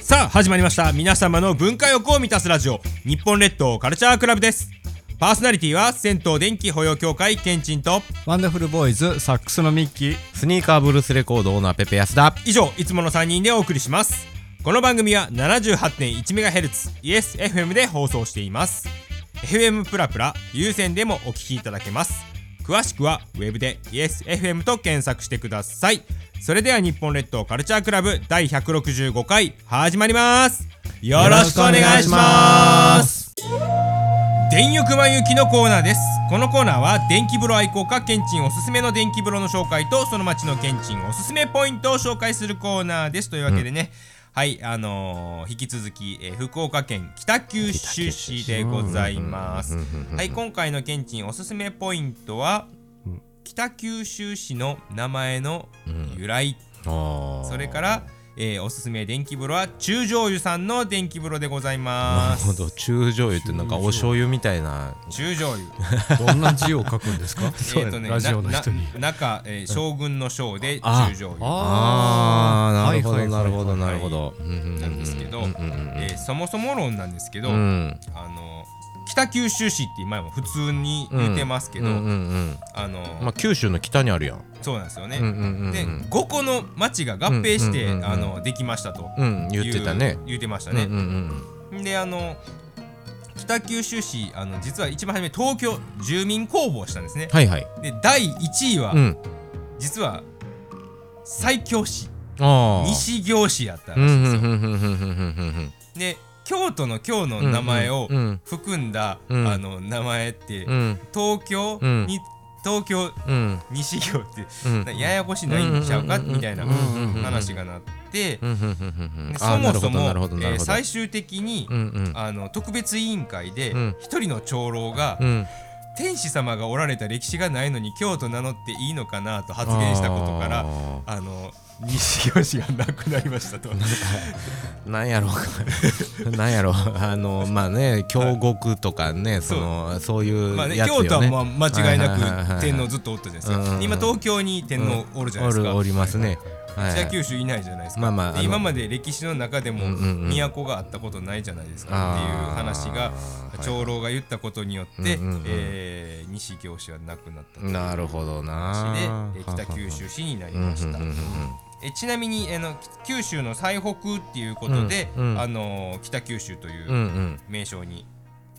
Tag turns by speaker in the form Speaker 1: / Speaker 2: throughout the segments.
Speaker 1: さあ始まりました皆様の文化欲を満たすラジオ日本列島カルチャークラブですパーソナリティは銭湯電気保養協会ケンチンと
Speaker 2: ワンダフルボーイズサックスのミッキー
Speaker 3: スニーカーブルースレコードオーナーペペヤスだ
Speaker 1: 以上いつもの3人でお送りしますこの番組は 78.1MHz イエス FM で放送しています FM プラプラ有線でもお聞きいただけます詳しくはウェブでイエス FM と検索してくださいそれでは日本列島カルチャークラブ第165回始まりますよろしくお願いします電力前行きのコーナーですこのコーナーは電気風呂愛好家ケンチンおすすめの電気風呂の紹介とその町のケンチンおすすめポイントを紹介するコーナーですというわけでね、はいあのー引き続き、えー福岡県北九州市でございますはい今回のケンチンおすすめポイントは北九州市の名前の由来、そ
Speaker 3: そ
Speaker 1: れから、えーおすすめ電気風呂は中上湯さんの電気風呂でござい
Speaker 3: な
Speaker 1: ま
Speaker 3: る
Speaker 1: す
Speaker 3: ほど中醤油ってなんかお醤油みたいな
Speaker 1: 中上湯
Speaker 2: どんな字を書くん ですか
Speaker 1: えーとね、
Speaker 2: ラジオの人に
Speaker 1: なな中、えー将軍の将で
Speaker 3: あ
Speaker 1: 中将
Speaker 3: あーなるほ
Speaker 2: は
Speaker 3: ど
Speaker 2: いはい
Speaker 3: な
Speaker 2: はい
Speaker 3: る
Speaker 2: はい
Speaker 3: ほどなるほど
Speaker 1: なんですけど、
Speaker 3: うんうん
Speaker 1: えーそもそも論なんですけど、
Speaker 3: うん
Speaker 1: あの北九州市って今も普通に言ってますけ
Speaker 3: うんう
Speaker 1: ど、
Speaker 3: んうん
Speaker 1: あの、
Speaker 3: まあ九州の北にあるやん
Speaker 1: そうなんですよね。
Speaker 3: うんうんうん
Speaker 1: で5個の町が合併して、
Speaker 3: うんうんうんうん
Speaker 1: あのできましたと
Speaker 3: うん
Speaker 1: いう
Speaker 3: 言ってたね
Speaker 1: 言ってました
Speaker 3: うんう
Speaker 1: ね。
Speaker 3: ん
Speaker 1: であの北九州市あの実は一番初め東京住民公募をしたんですね。
Speaker 3: はいはい
Speaker 1: で第1位は、
Speaker 3: うん
Speaker 1: 実は最強市
Speaker 3: ああ
Speaker 1: 西行市やった
Speaker 3: う
Speaker 1: ら
Speaker 3: ん
Speaker 1: し
Speaker 3: う
Speaker 1: いん
Speaker 3: ん
Speaker 1: です
Speaker 3: う
Speaker 1: よ
Speaker 3: んうんうんうん
Speaker 1: で京都の京の
Speaker 3: うん
Speaker 1: 名前を
Speaker 3: うん
Speaker 1: 含んだ、
Speaker 3: うん
Speaker 1: あの名前って、
Speaker 3: うん
Speaker 1: 東京
Speaker 3: うん
Speaker 1: に、東京
Speaker 3: うん
Speaker 1: 西行って、
Speaker 3: うん
Speaker 1: なややこしないんちゃうか、
Speaker 3: うん
Speaker 1: みたいな
Speaker 3: うんうん
Speaker 1: 話がなって、
Speaker 3: うんうんうんうんうん
Speaker 1: で
Speaker 3: あ
Speaker 1: そ
Speaker 3: ーな
Speaker 1: も
Speaker 3: る
Speaker 1: そ
Speaker 3: ほど
Speaker 1: も
Speaker 3: なるほどな
Speaker 1: え
Speaker 3: る
Speaker 1: ー
Speaker 3: ほど
Speaker 1: 最終的に、
Speaker 3: うんうん
Speaker 1: あの特別委員会で
Speaker 3: うん
Speaker 1: 一人の長老が、
Speaker 3: うん
Speaker 1: 天使様がおられた歴史がないのに京都名乗っていいのかなと発言したことから
Speaker 3: あー
Speaker 1: あの西行市がなくなりましたと。
Speaker 3: なんやろうか なんやろうあのまあね京極とかねそのそういう
Speaker 1: まあね、
Speaker 3: やつよ
Speaker 1: 京
Speaker 3: ね
Speaker 1: 都はまあ間違い
Speaker 3: ははは
Speaker 1: な
Speaker 3: は
Speaker 1: く天皇ずっとおったじゃないです
Speaker 3: うんうんう
Speaker 1: か
Speaker 3: ん
Speaker 1: 今東京に天皇おるじゃない
Speaker 3: お
Speaker 1: ですか
Speaker 3: るおりますねはいはい
Speaker 1: 北九州いないじゃないですか、
Speaker 3: まあまあ
Speaker 1: で
Speaker 3: あの
Speaker 1: 今まで歴史の中でも
Speaker 3: うんうんうん
Speaker 1: 都があったことないじゃないですかっていう話が
Speaker 3: あー
Speaker 1: 長老が言ったことによって、
Speaker 3: うんうんうん
Speaker 1: えー西行市はなくなったという
Speaker 3: なるほどな
Speaker 1: 話でえー北九州市になり
Speaker 3: うんうん
Speaker 1: ました
Speaker 3: うんうん
Speaker 1: えちなみにあのき九州の最北っていうことで、
Speaker 3: うんうん
Speaker 1: あのー北九州という
Speaker 3: うんうん
Speaker 1: 名称に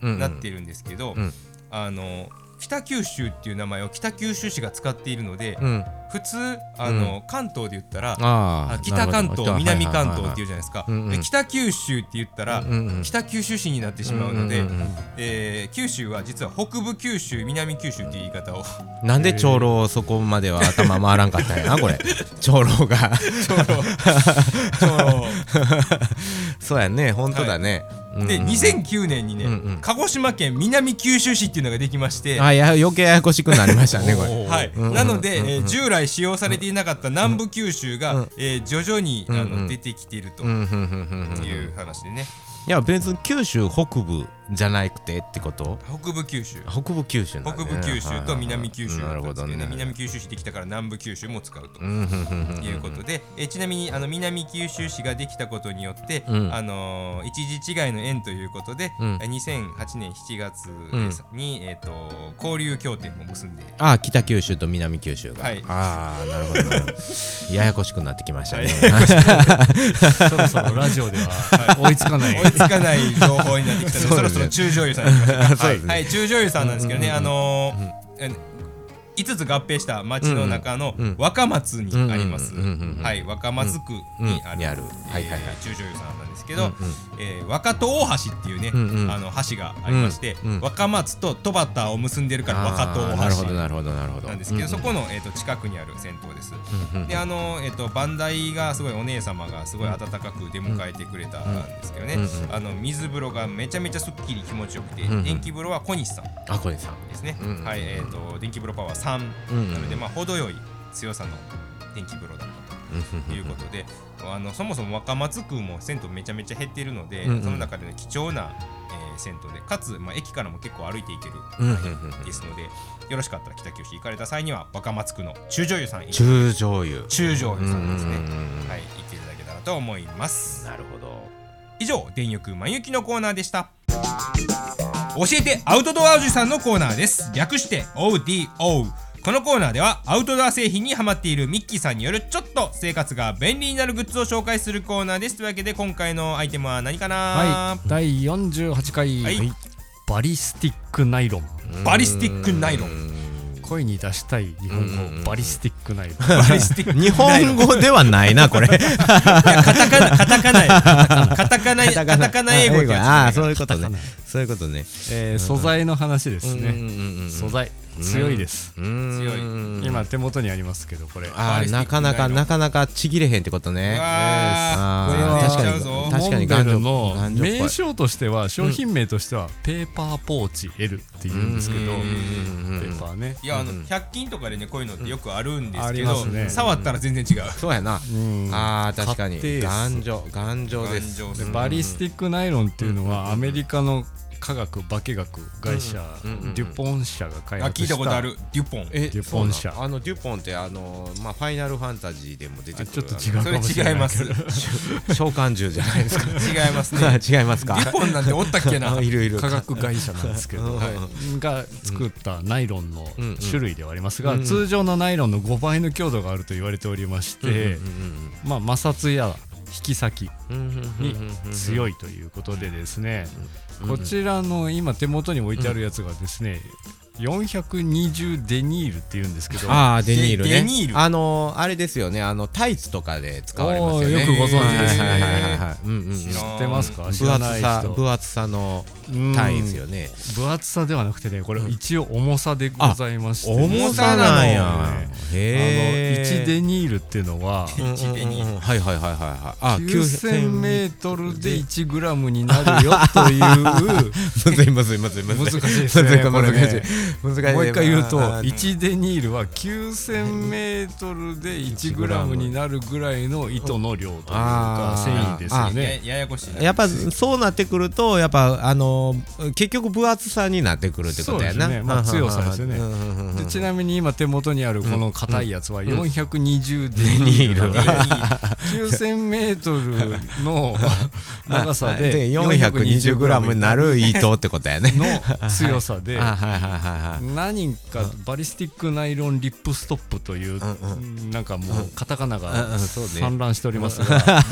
Speaker 3: うんうん
Speaker 1: なっているんですけど、
Speaker 3: うん
Speaker 1: あの北九州っていう名前を北九州市が使っているので、
Speaker 3: うん
Speaker 1: 普通あの、関東で言ったら
Speaker 3: あ
Speaker 1: あ
Speaker 3: ー
Speaker 1: 北関
Speaker 3: なるほ
Speaker 1: 東
Speaker 3: ど
Speaker 1: 南関東っていう
Speaker 3: は
Speaker 1: じゃないですか、
Speaker 3: うんうん
Speaker 1: で北九州って言ったら、
Speaker 3: いはいはいはいうんうん
Speaker 1: 北九州市になってしまうので、
Speaker 3: うんうんうん
Speaker 1: えー九州は実は北部九州南九州っていう言い 方を
Speaker 3: なんで長老そこまでは頭回らんかったんや なこれ長老が
Speaker 1: ちょうどちょ
Speaker 3: そうやね本当だね
Speaker 1: うどで
Speaker 3: うんうん
Speaker 1: 2009年にね、
Speaker 3: うんうん
Speaker 1: 鹿児島県南九州市っていうのができまして、
Speaker 3: あいや余計ややこしくなりましたねこれ
Speaker 1: はい、
Speaker 3: うん
Speaker 1: なので、えー従来使用されていなかった南部九州が、えー徐々に、あの出てきていると
Speaker 3: うんうんうんうんうん
Speaker 1: いう話でね、
Speaker 3: いや別に九州北部じゃなくてってこと
Speaker 1: 北部九州
Speaker 3: 北部九州なんだね
Speaker 1: 北部九州と南九州
Speaker 3: なるほど
Speaker 1: で
Speaker 3: ね
Speaker 1: ね南九州市できたから南部九州も使うと。
Speaker 3: うんうんうん
Speaker 1: いうことで、えーちなみにあの南九州市ができたことによって、
Speaker 3: うん
Speaker 1: あのー一時違いの縁ということで、
Speaker 3: うん
Speaker 1: えー2008年7月に、えー、と交流協定も結んで
Speaker 3: ああ北九州と南九州が、
Speaker 1: はい
Speaker 3: ああなるほどなるほどややこしくなってきましたね、
Speaker 2: そろそろラジオでは追いつかない
Speaker 1: 追いつかない情報になってきたのでそ
Speaker 3: そう
Speaker 1: ろそろ
Speaker 3: ですね
Speaker 1: 中女優さんに行きましょうか
Speaker 3: そうですね
Speaker 1: はい、はい中女優さんなんですけどね、あのーえ5つ合併した町の中の
Speaker 3: うん
Speaker 1: 若松にあります、
Speaker 3: うんうんうんうんうん
Speaker 1: はい、若松区にある,、
Speaker 3: うんにあるはいはいはい
Speaker 1: 中女優さんなんですけど、えー若戸大橋っていうね、
Speaker 3: うんうん
Speaker 1: あの橋がありまして、
Speaker 3: うんうん
Speaker 1: 若松と戸端を結んでるから若戸
Speaker 3: あ
Speaker 1: 大
Speaker 3: あ
Speaker 1: 橋
Speaker 3: なるほどなるほどなるほど
Speaker 1: なんですけど、そ
Speaker 3: こ
Speaker 1: この、えー、と近くにある銭湯です。であの、えー、と番台がすごいお姉様がすごい温かく出迎えてくれたんですけどね、
Speaker 3: うん
Speaker 1: あの水風呂がめちゃめちゃすっきり気持ちよくて、
Speaker 3: うん
Speaker 1: 電気風呂は小西さん
Speaker 3: あこれさん
Speaker 1: ですね、
Speaker 3: うん
Speaker 1: はいえー、と電気風呂パワー3
Speaker 3: うん
Speaker 1: なので、まあ、程よい強さの電気風呂だったということで、あのそもそも若松区も銭湯めちゃめちゃ減ってるので、
Speaker 3: うんうん
Speaker 1: その中で、ね、貴重な、えー銭湯でかつ、まあ、駅からも結構歩いていける
Speaker 3: うんうんうん
Speaker 1: ですので、よろしかったら北九州行かれた際には若松区の中女湯さん中
Speaker 3: 中醤油
Speaker 1: 中女湯さんですね、
Speaker 3: うんうんうんうん
Speaker 1: はい行っていただけたらと思います
Speaker 3: なるほど
Speaker 1: 以上電力満雪のコーナーでした教えてアウトドアおじさんのコーナーです略して ODO このコーナーではアウトドア製品にハマっているミッキーさんによるちょっと生活が便利になるグッズを紹介するコーナーですというわけで今回のアイテムは何かな、
Speaker 2: はい、第48回、
Speaker 1: はい
Speaker 2: バリスティックナイロン
Speaker 1: バリスティックナイ ロン
Speaker 2: 声に出したい日本語バリスティックナイロン
Speaker 1: バリスティック
Speaker 3: 日本語ではない なこれ
Speaker 1: いやカタカナカタカナやカタカナカタカナ英語ってやつ
Speaker 3: ああーそういうことねそういうことね
Speaker 2: えー素材の話です
Speaker 3: うんう
Speaker 2: ね
Speaker 3: んうんうん
Speaker 2: 素材強いです
Speaker 3: うーん
Speaker 1: 強い
Speaker 2: 今手元にありますけどこれ
Speaker 3: あ
Speaker 1: バリ
Speaker 3: ー
Speaker 1: スティッ
Speaker 3: な
Speaker 1: ク
Speaker 3: かなかなかなかちぎれへんってこと
Speaker 1: わー
Speaker 3: ねあー
Speaker 1: これは
Speaker 3: 確かに
Speaker 1: やっ
Speaker 3: 確か
Speaker 2: モ
Speaker 3: に
Speaker 2: ンベ
Speaker 3: 頑
Speaker 2: ル
Speaker 3: 丈
Speaker 2: の
Speaker 3: 頑丈っぽい
Speaker 2: 名称としては商品名としてはペーパーポーチ L っていうんですけどペーパーね
Speaker 1: いやあの100均とかでねこういうのってよくあるんです
Speaker 2: あ
Speaker 1: け
Speaker 2: り
Speaker 1: ど
Speaker 2: ますね
Speaker 1: 触ったら全然違う
Speaker 3: そうやな
Speaker 2: うん
Speaker 3: あー確か
Speaker 2: 買って
Speaker 3: に頑丈頑丈です
Speaker 1: 頑丈
Speaker 2: で
Speaker 1: うん
Speaker 2: バリスティックナイロンっていうのはアメリカの科学化学会社
Speaker 3: うんうんうんうん
Speaker 2: デュポン社が開
Speaker 1: あ
Speaker 2: 発
Speaker 1: 聞いた
Speaker 2: し
Speaker 1: ことあ
Speaker 2: た
Speaker 1: るデュポン
Speaker 3: え
Speaker 2: デュポン社
Speaker 3: そうなんあのデュポンってあのまあファイナルファンタジーでも出て
Speaker 2: あ
Speaker 3: くる
Speaker 2: ちょっと違
Speaker 1: そうれ
Speaker 2: かもしれない
Speaker 1: 違います違い
Speaker 3: あの召喚獣じゃないですか
Speaker 1: ますね
Speaker 3: 違います
Speaker 1: デ
Speaker 3: か
Speaker 1: ュポンなんておったっけな
Speaker 3: あいるいる
Speaker 2: 化学会社なんですけど、
Speaker 3: はい
Speaker 2: が作ったナイロンの
Speaker 3: うん
Speaker 2: 種類ではありますが、
Speaker 3: うん
Speaker 2: 通常のナイロンの5倍の強度があると言われておりまして、まあ、摩擦や引き先に強いということでですね、こちらの今手元に置いてあるやつがですね、420デニールっていうんですけど
Speaker 3: ああデニールね
Speaker 1: デデニール
Speaker 3: あのあれですよねあのタイツとかで使われますよね
Speaker 2: おーよくご存知ですね
Speaker 3: はいはいはいはいうんうんうん
Speaker 1: 知らん
Speaker 2: 知ってますか知
Speaker 3: 分
Speaker 2: らな
Speaker 3: 厚
Speaker 2: い
Speaker 3: さ
Speaker 2: 人
Speaker 3: 分厚さの
Speaker 2: うん
Speaker 3: 単位ですよね
Speaker 2: 分厚さではなくてねこれ一応重さでございまして、
Speaker 3: 重さなんや
Speaker 2: あの
Speaker 3: へえ
Speaker 2: 1デニールっていうのは
Speaker 1: 1デニール
Speaker 3: ルはいはいはいはいはいあ
Speaker 2: 9000メートルで1グラムになるよという
Speaker 3: むずいむずいむずいむずい
Speaker 2: 難しいですね
Speaker 3: むずい
Speaker 2: これね
Speaker 3: 難しい難しい
Speaker 2: もう一回言うと
Speaker 3: まあ
Speaker 2: 1デニールは9000メートルで1グラムになるぐらいの糸の量というか
Speaker 3: あー
Speaker 2: 繊維ですよね
Speaker 1: やややこしいな
Speaker 3: やっぱそうなってくるとやっぱあの結局分厚さになってくるってことやな
Speaker 2: そうですねまあ強さですよね
Speaker 3: うんうんうんうん
Speaker 2: でちなみに今手元にあるこの硬いやつは420デニールなので
Speaker 1: デニール
Speaker 2: 9000メートルの長さで
Speaker 3: で420グラムになる糸ってことやね
Speaker 2: の強さ で
Speaker 3: あはいはいはいはい
Speaker 2: 何かバリスティックナイロンリップストップというなんかもうカタカナ
Speaker 3: うんう
Speaker 2: が
Speaker 3: んそうね
Speaker 2: 散乱しております が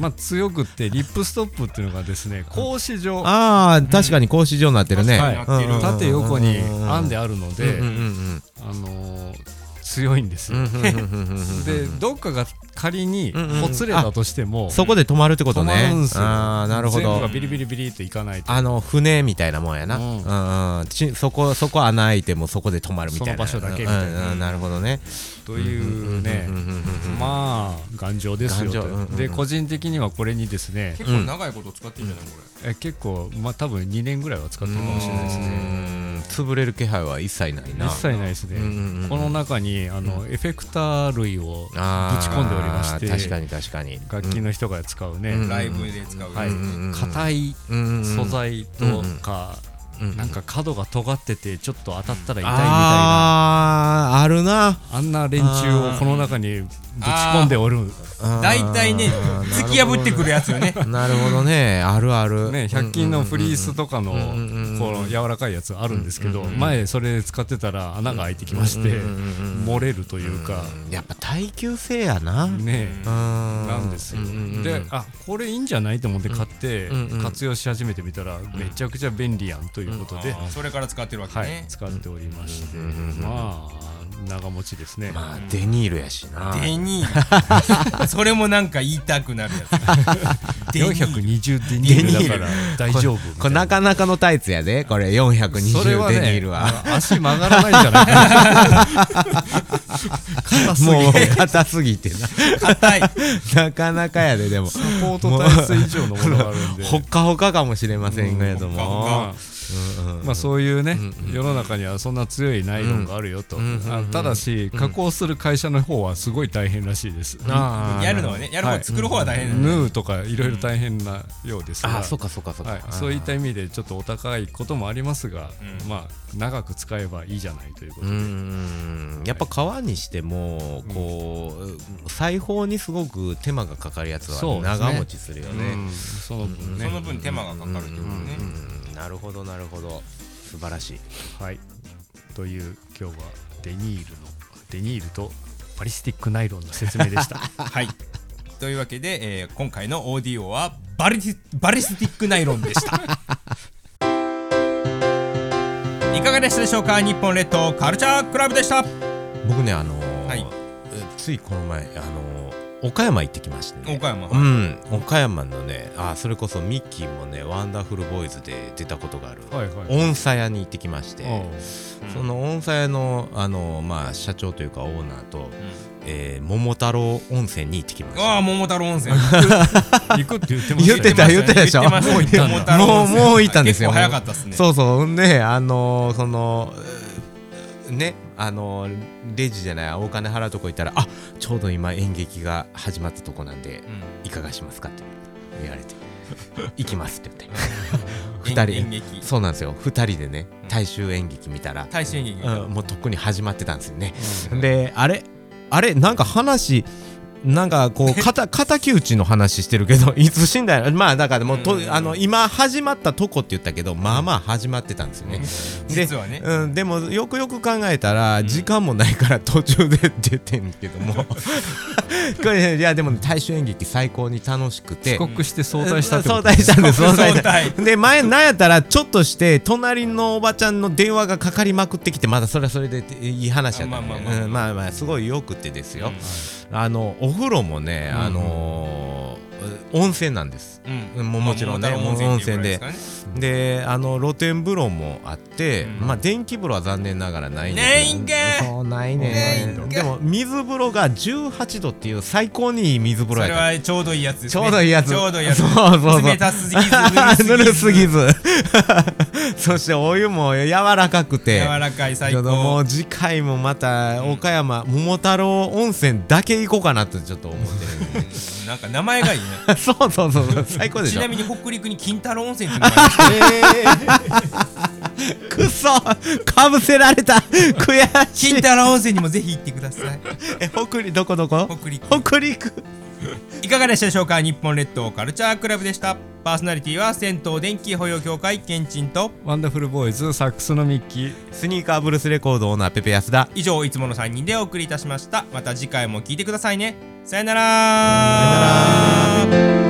Speaker 2: まあ強くってリップストップっていうのがですね格子状
Speaker 3: ああ確かに格子状になってるね
Speaker 1: 確かになってる
Speaker 3: うんうんうん
Speaker 2: 縦横に編んであるので
Speaker 3: うんうん
Speaker 2: あのー強いんですよ
Speaker 3: うんうんうんうんうんうん
Speaker 2: でどっかが仮に
Speaker 3: んうん
Speaker 2: ほつれたとしても
Speaker 3: そこで止まるってことね
Speaker 2: 止まるんすよ
Speaker 3: ああなるほ
Speaker 2: 全部
Speaker 3: ど
Speaker 2: がビリビリビリっていかないと
Speaker 3: あの船みたいなもんやな、
Speaker 2: う
Speaker 3: うんんうんちそこそこ穴開いてもそこで止まるみたいな
Speaker 2: その場所だけみたいな
Speaker 3: うんうんなるほどね
Speaker 2: というね
Speaker 3: うんうんうん
Speaker 2: まあ頑丈ですよと
Speaker 3: 頑丈うんうん
Speaker 2: で個人的にはこれにですね
Speaker 1: 結構長いこと使ってんじゃないこ
Speaker 2: え結構まあ多分2年ぐらいは使ってるかもしれないです
Speaker 3: う
Speaker 2: ね
Speaker 3: ん潰れる気配は一切ないな
Speaker 2: 一切ないですね、
Speaker 3: うんうんうん
Speaker 2: この中にあの、エフェクター類をぶち
Speaker 3: あー
Speaker 2: 込んでおりまして
Speaker 3: 確かに確かに
Speaker 2: 楽器の人が使うね、
Speaker 3: うん
Speaker 1: れライブで使う
Speaker 2: はい
Speaker 3: んうん
Speaker 2: 硬い
Speaker 3: うんうんうん
Speaker 2: 素材とか、
Speaker 3: うんうん
Speaker 2: なんか角が尖っててちょっと当たったら痛いみたいなあ
Speaker 3: あーあるな
Speaker 2: あんな連中をこの中にぶち込んでおる、
Speaker 1: 大体ね突き破ってくるやつよね
Speaker 3: なるほどねあるある
Speaker 2: ね、100均のフリースとかの
Speaker 3: んうんうん
Speaker 2: この柔らかいやつあるんですけど、前それ使ってたら穴が開いてきまして、
Speaker 3: うんうんうん
Speaker 2: 漏れるというか、
Speaker 3: うんやっぱ耐久性やなうん
Speaker 2: ねな
Speaker 3: なん
Speaker 2: ですよ、
Speaker 3: うんうんうん
Speaker 2: であこれいいんじゃないと思って買って
Speaker 3: うんうん
Speaker 2: 活用し始めてみたらめちゃくちゃ便利やんということで、
Speaker 1: あーそれから使ってるわけ
Speaker 2: はい
Speaker 1: ね
Speaker 2: 使っておりまして、
Speaker 3: うんうんうん
Speaker 2: まあ長持ちですね、
Speaker 3: まあデニールやしな
Speaker 1: デニールそれもなんか言いたくなるやつデニール
Speaker 2: 420デニールだから大丈夫み
Speaker 3: こ
Speaker 2: たい
Speaker 3: れなかなかのタイツやでこれ420デニ
Speaker 2: それはね
Speaker 3: ールは
Speaker 2: あの足曲がらないんじゃないかな硬すぎ
Speaker 3: もう
Speaker 2: て
Speaker 3: 硬すぎてな
Speaker 1: 硬い
Speaker 3: なかなかやででも
Speaker 2: サポート体制以上のものがあるんで
Speaker 3: ほっかほかかもしれませんけれど
Speaker 1: ほっかほ
Speaker 3: も
Speaker 1: か
Speaker 2: まあまあ、そういうね、
Speaker 3: うんうん
Speaker 2: 世の中にはそんな強いナイロンがあるよと、
Speaker 3: うんうんうん
Speaker 2: あただし加工する会社の方はすごい大変らしいです、
Speaker 3: あー
Speaker 1: やるのはねやる方、
Speaker 2: はい
Speaker 1: 作る方は大変なんで
Speaker 2: 縫うとかいろいろ大変なようですが、
Speaker 3: ああそうかそうかそうか、
Speaker 2: はい、そういった意味でちょっとお高いこともありますが、
Speaker 1: うん
Speaker 2: まあ長く使えばいいじゃないというこ
Speaker 3: う
Speaker 2: とで、
Speaker 3: ーんやっぱ革にしてもこう、裁縫にすごく手間がかかるやつ
Speaker 2: そ
Speaker 3: は
Speaker 2: うですね
Speaker 3: 長持ちするよね
Speaker 2: うんその分ね、
Speaker 1: その分手間がかかるっていうことね、
Speaker 3: うんなるほどなるほど素晴らしい
Speaker 2: はいという今日はデニールのデニールとバリスティックナイロンの説明でした
Speaker 1: はいというわけで、えー今回の ODO はバリスバリスティックナイロンでした いかがでしたでしょうか日本列島カルチャークラブでした
Speaker 3: 僕ねあのー
Speaker 1: はい
Speaker 3: えついこの前あのー岡山行ってきましてね
Speaker 1: 岡山
Speaker 3: うん岡山のねあそれこそミッキーもねワンダフルボーイズで出たことがある
Speaker 2: はいはい
Speaker 3: 音叉屋に行ってきまして、
Speaker 2: おう
Speaker 3: その音叉屋のあのーまあ社長というかオーナーと、えー桃太郎温泉に行ってきました
Speaker 1: ああ桃太郎温 泉
Speaker 2: 行くって言ってま
Speaker 3: 言
Speaker 2: し
Speaker 3: ったて
Speaker 2: よ
Speaker 3: た言ってたでしょ
Speaker 1: 言ってました
Speaker 2: もう行ったん
Speaker 1: 桃
Speaker 2: だ
Speaker 1: 太郎温
Speaker 3: もう
Speaker 1: 泉
Speaker 3: もう行ったんですよ
Speaker 1: 結構早かったですね
Speaker 3: そうそうねあのーそのうーねあのーレジじゃないお金払うとこ行ったらあちょうど今演劇が始まったとこなんで
Speaker 1: うん
Speaker 3: いかがしますかって言われて行きますって言って
Speaker 1: 演
Speaker 3: 二人
Speaker 1: 演劇
Speaker 3: そうなんですよ2人でね
Speaker 1: うん
Speaker 3: 大衆演劇見たら、
Speaker 1: 大衆演劇
Speaker 3: うんもうとっくに始まってたんですよね、であれあれなんか話なんかこうかた敵討ちの話してるけどい つ死んだんやろまあだからもうと、
Speaker 1: うん
Speaker 3: あの今始まったとこって言ったけどまあまあ始まってたんですよね、
Speaker 1: 実はね
Speaker 3: うん、でもよくよく考えたら時間もないから途中で出てんけどもこれいやでもね大衆演劇最高に楽しくて
Speaker 2: 帰国して早退したってこと
Speaker 3: 早退したんです
Speaker 1: 相
Speaker 3: 早
Speaker 1: 対
Speaker 3: 退したで前なんやったらちょっとして隣のおばちゃんの電話がかかりまくってきてまだそれはそれでいい話やったんで
Speaker 1: あまあまあまあ
Speaker 3: うんまあまあすごいよくてですよ、あのお風呂もね、あのー温泉なんです
Speaker 1: うん
Speaker 3: もうもちろんね
Speaker 1: まあ桃太郎温泉っていうぐらいですか
Speaker 3: であの露天風呂もあって、
Speaker 1: うん
Speaker 3: まあ電気風呂は残念ながらない
Speaker 1: ないんかい
Speaker 3: そうない
Speaker 1: な
Speaker 3: ね
Speaker 1: いんかい
Speaker 3: でも水風呂が18度っていう最高にいい水風
Speaker 1: そ
Speaker 3: 呂やっ
Speaker 1: れ
Speaker 3: た
Speaker 1: はちょうどいいやつですね
Speaker 3: ちょうどいいやつ。
Speaker 1: ちょうどいいやつ
Speaker 3: そうそうそう。
Speaker 1: 冷たすぎず
Speaker 3: ぬ
Speaker 1: ぬ
Speaker 3: る
Speaker 1: る
Speaker 3: す
Speaker 1: すぎず
Speaker 3: ぎず。そしてお湯も柔らかくて。
Speaker 1: 柔らか い最
Speaker 3: ちょっとも
Speaker 1: 高
Speaker 3: う次回もまた岡山桃太郎温泉だけ行こうかなとちょっと思って
Speaker 1: うんなんか名前がいいね
Speaker 3: るそうそうそうそう最高でし
Speaker 1: ち
Speaker 3: ょ
Speaker 1: なみに北陸に金太郎温泉っていうのがあ り
Speaker 3: くそかぶせられた悔
Speaker 1: ます金
Speaker 3: しい
Speaker 1: 太郎温泉にもぜひ行ってくだ さい
Speaker 3: え北陸どこどこ
Speaker 1: 北陸
Speaker 3: 北陸
Speaker 1: いかがでしたでしょうか日本列島カルチャークラブでしたパーソナリティは銭湯電気保養協会ケンチンと
Speaker 2: ワンダフルボーイズサックスのミッキー
Speaker 3: スニーカーブルースレコードオーナーペペ安田
Speaker 1: 以上いつもの3人でお送りいたしましたまた次回も聞いてくださいねさよなら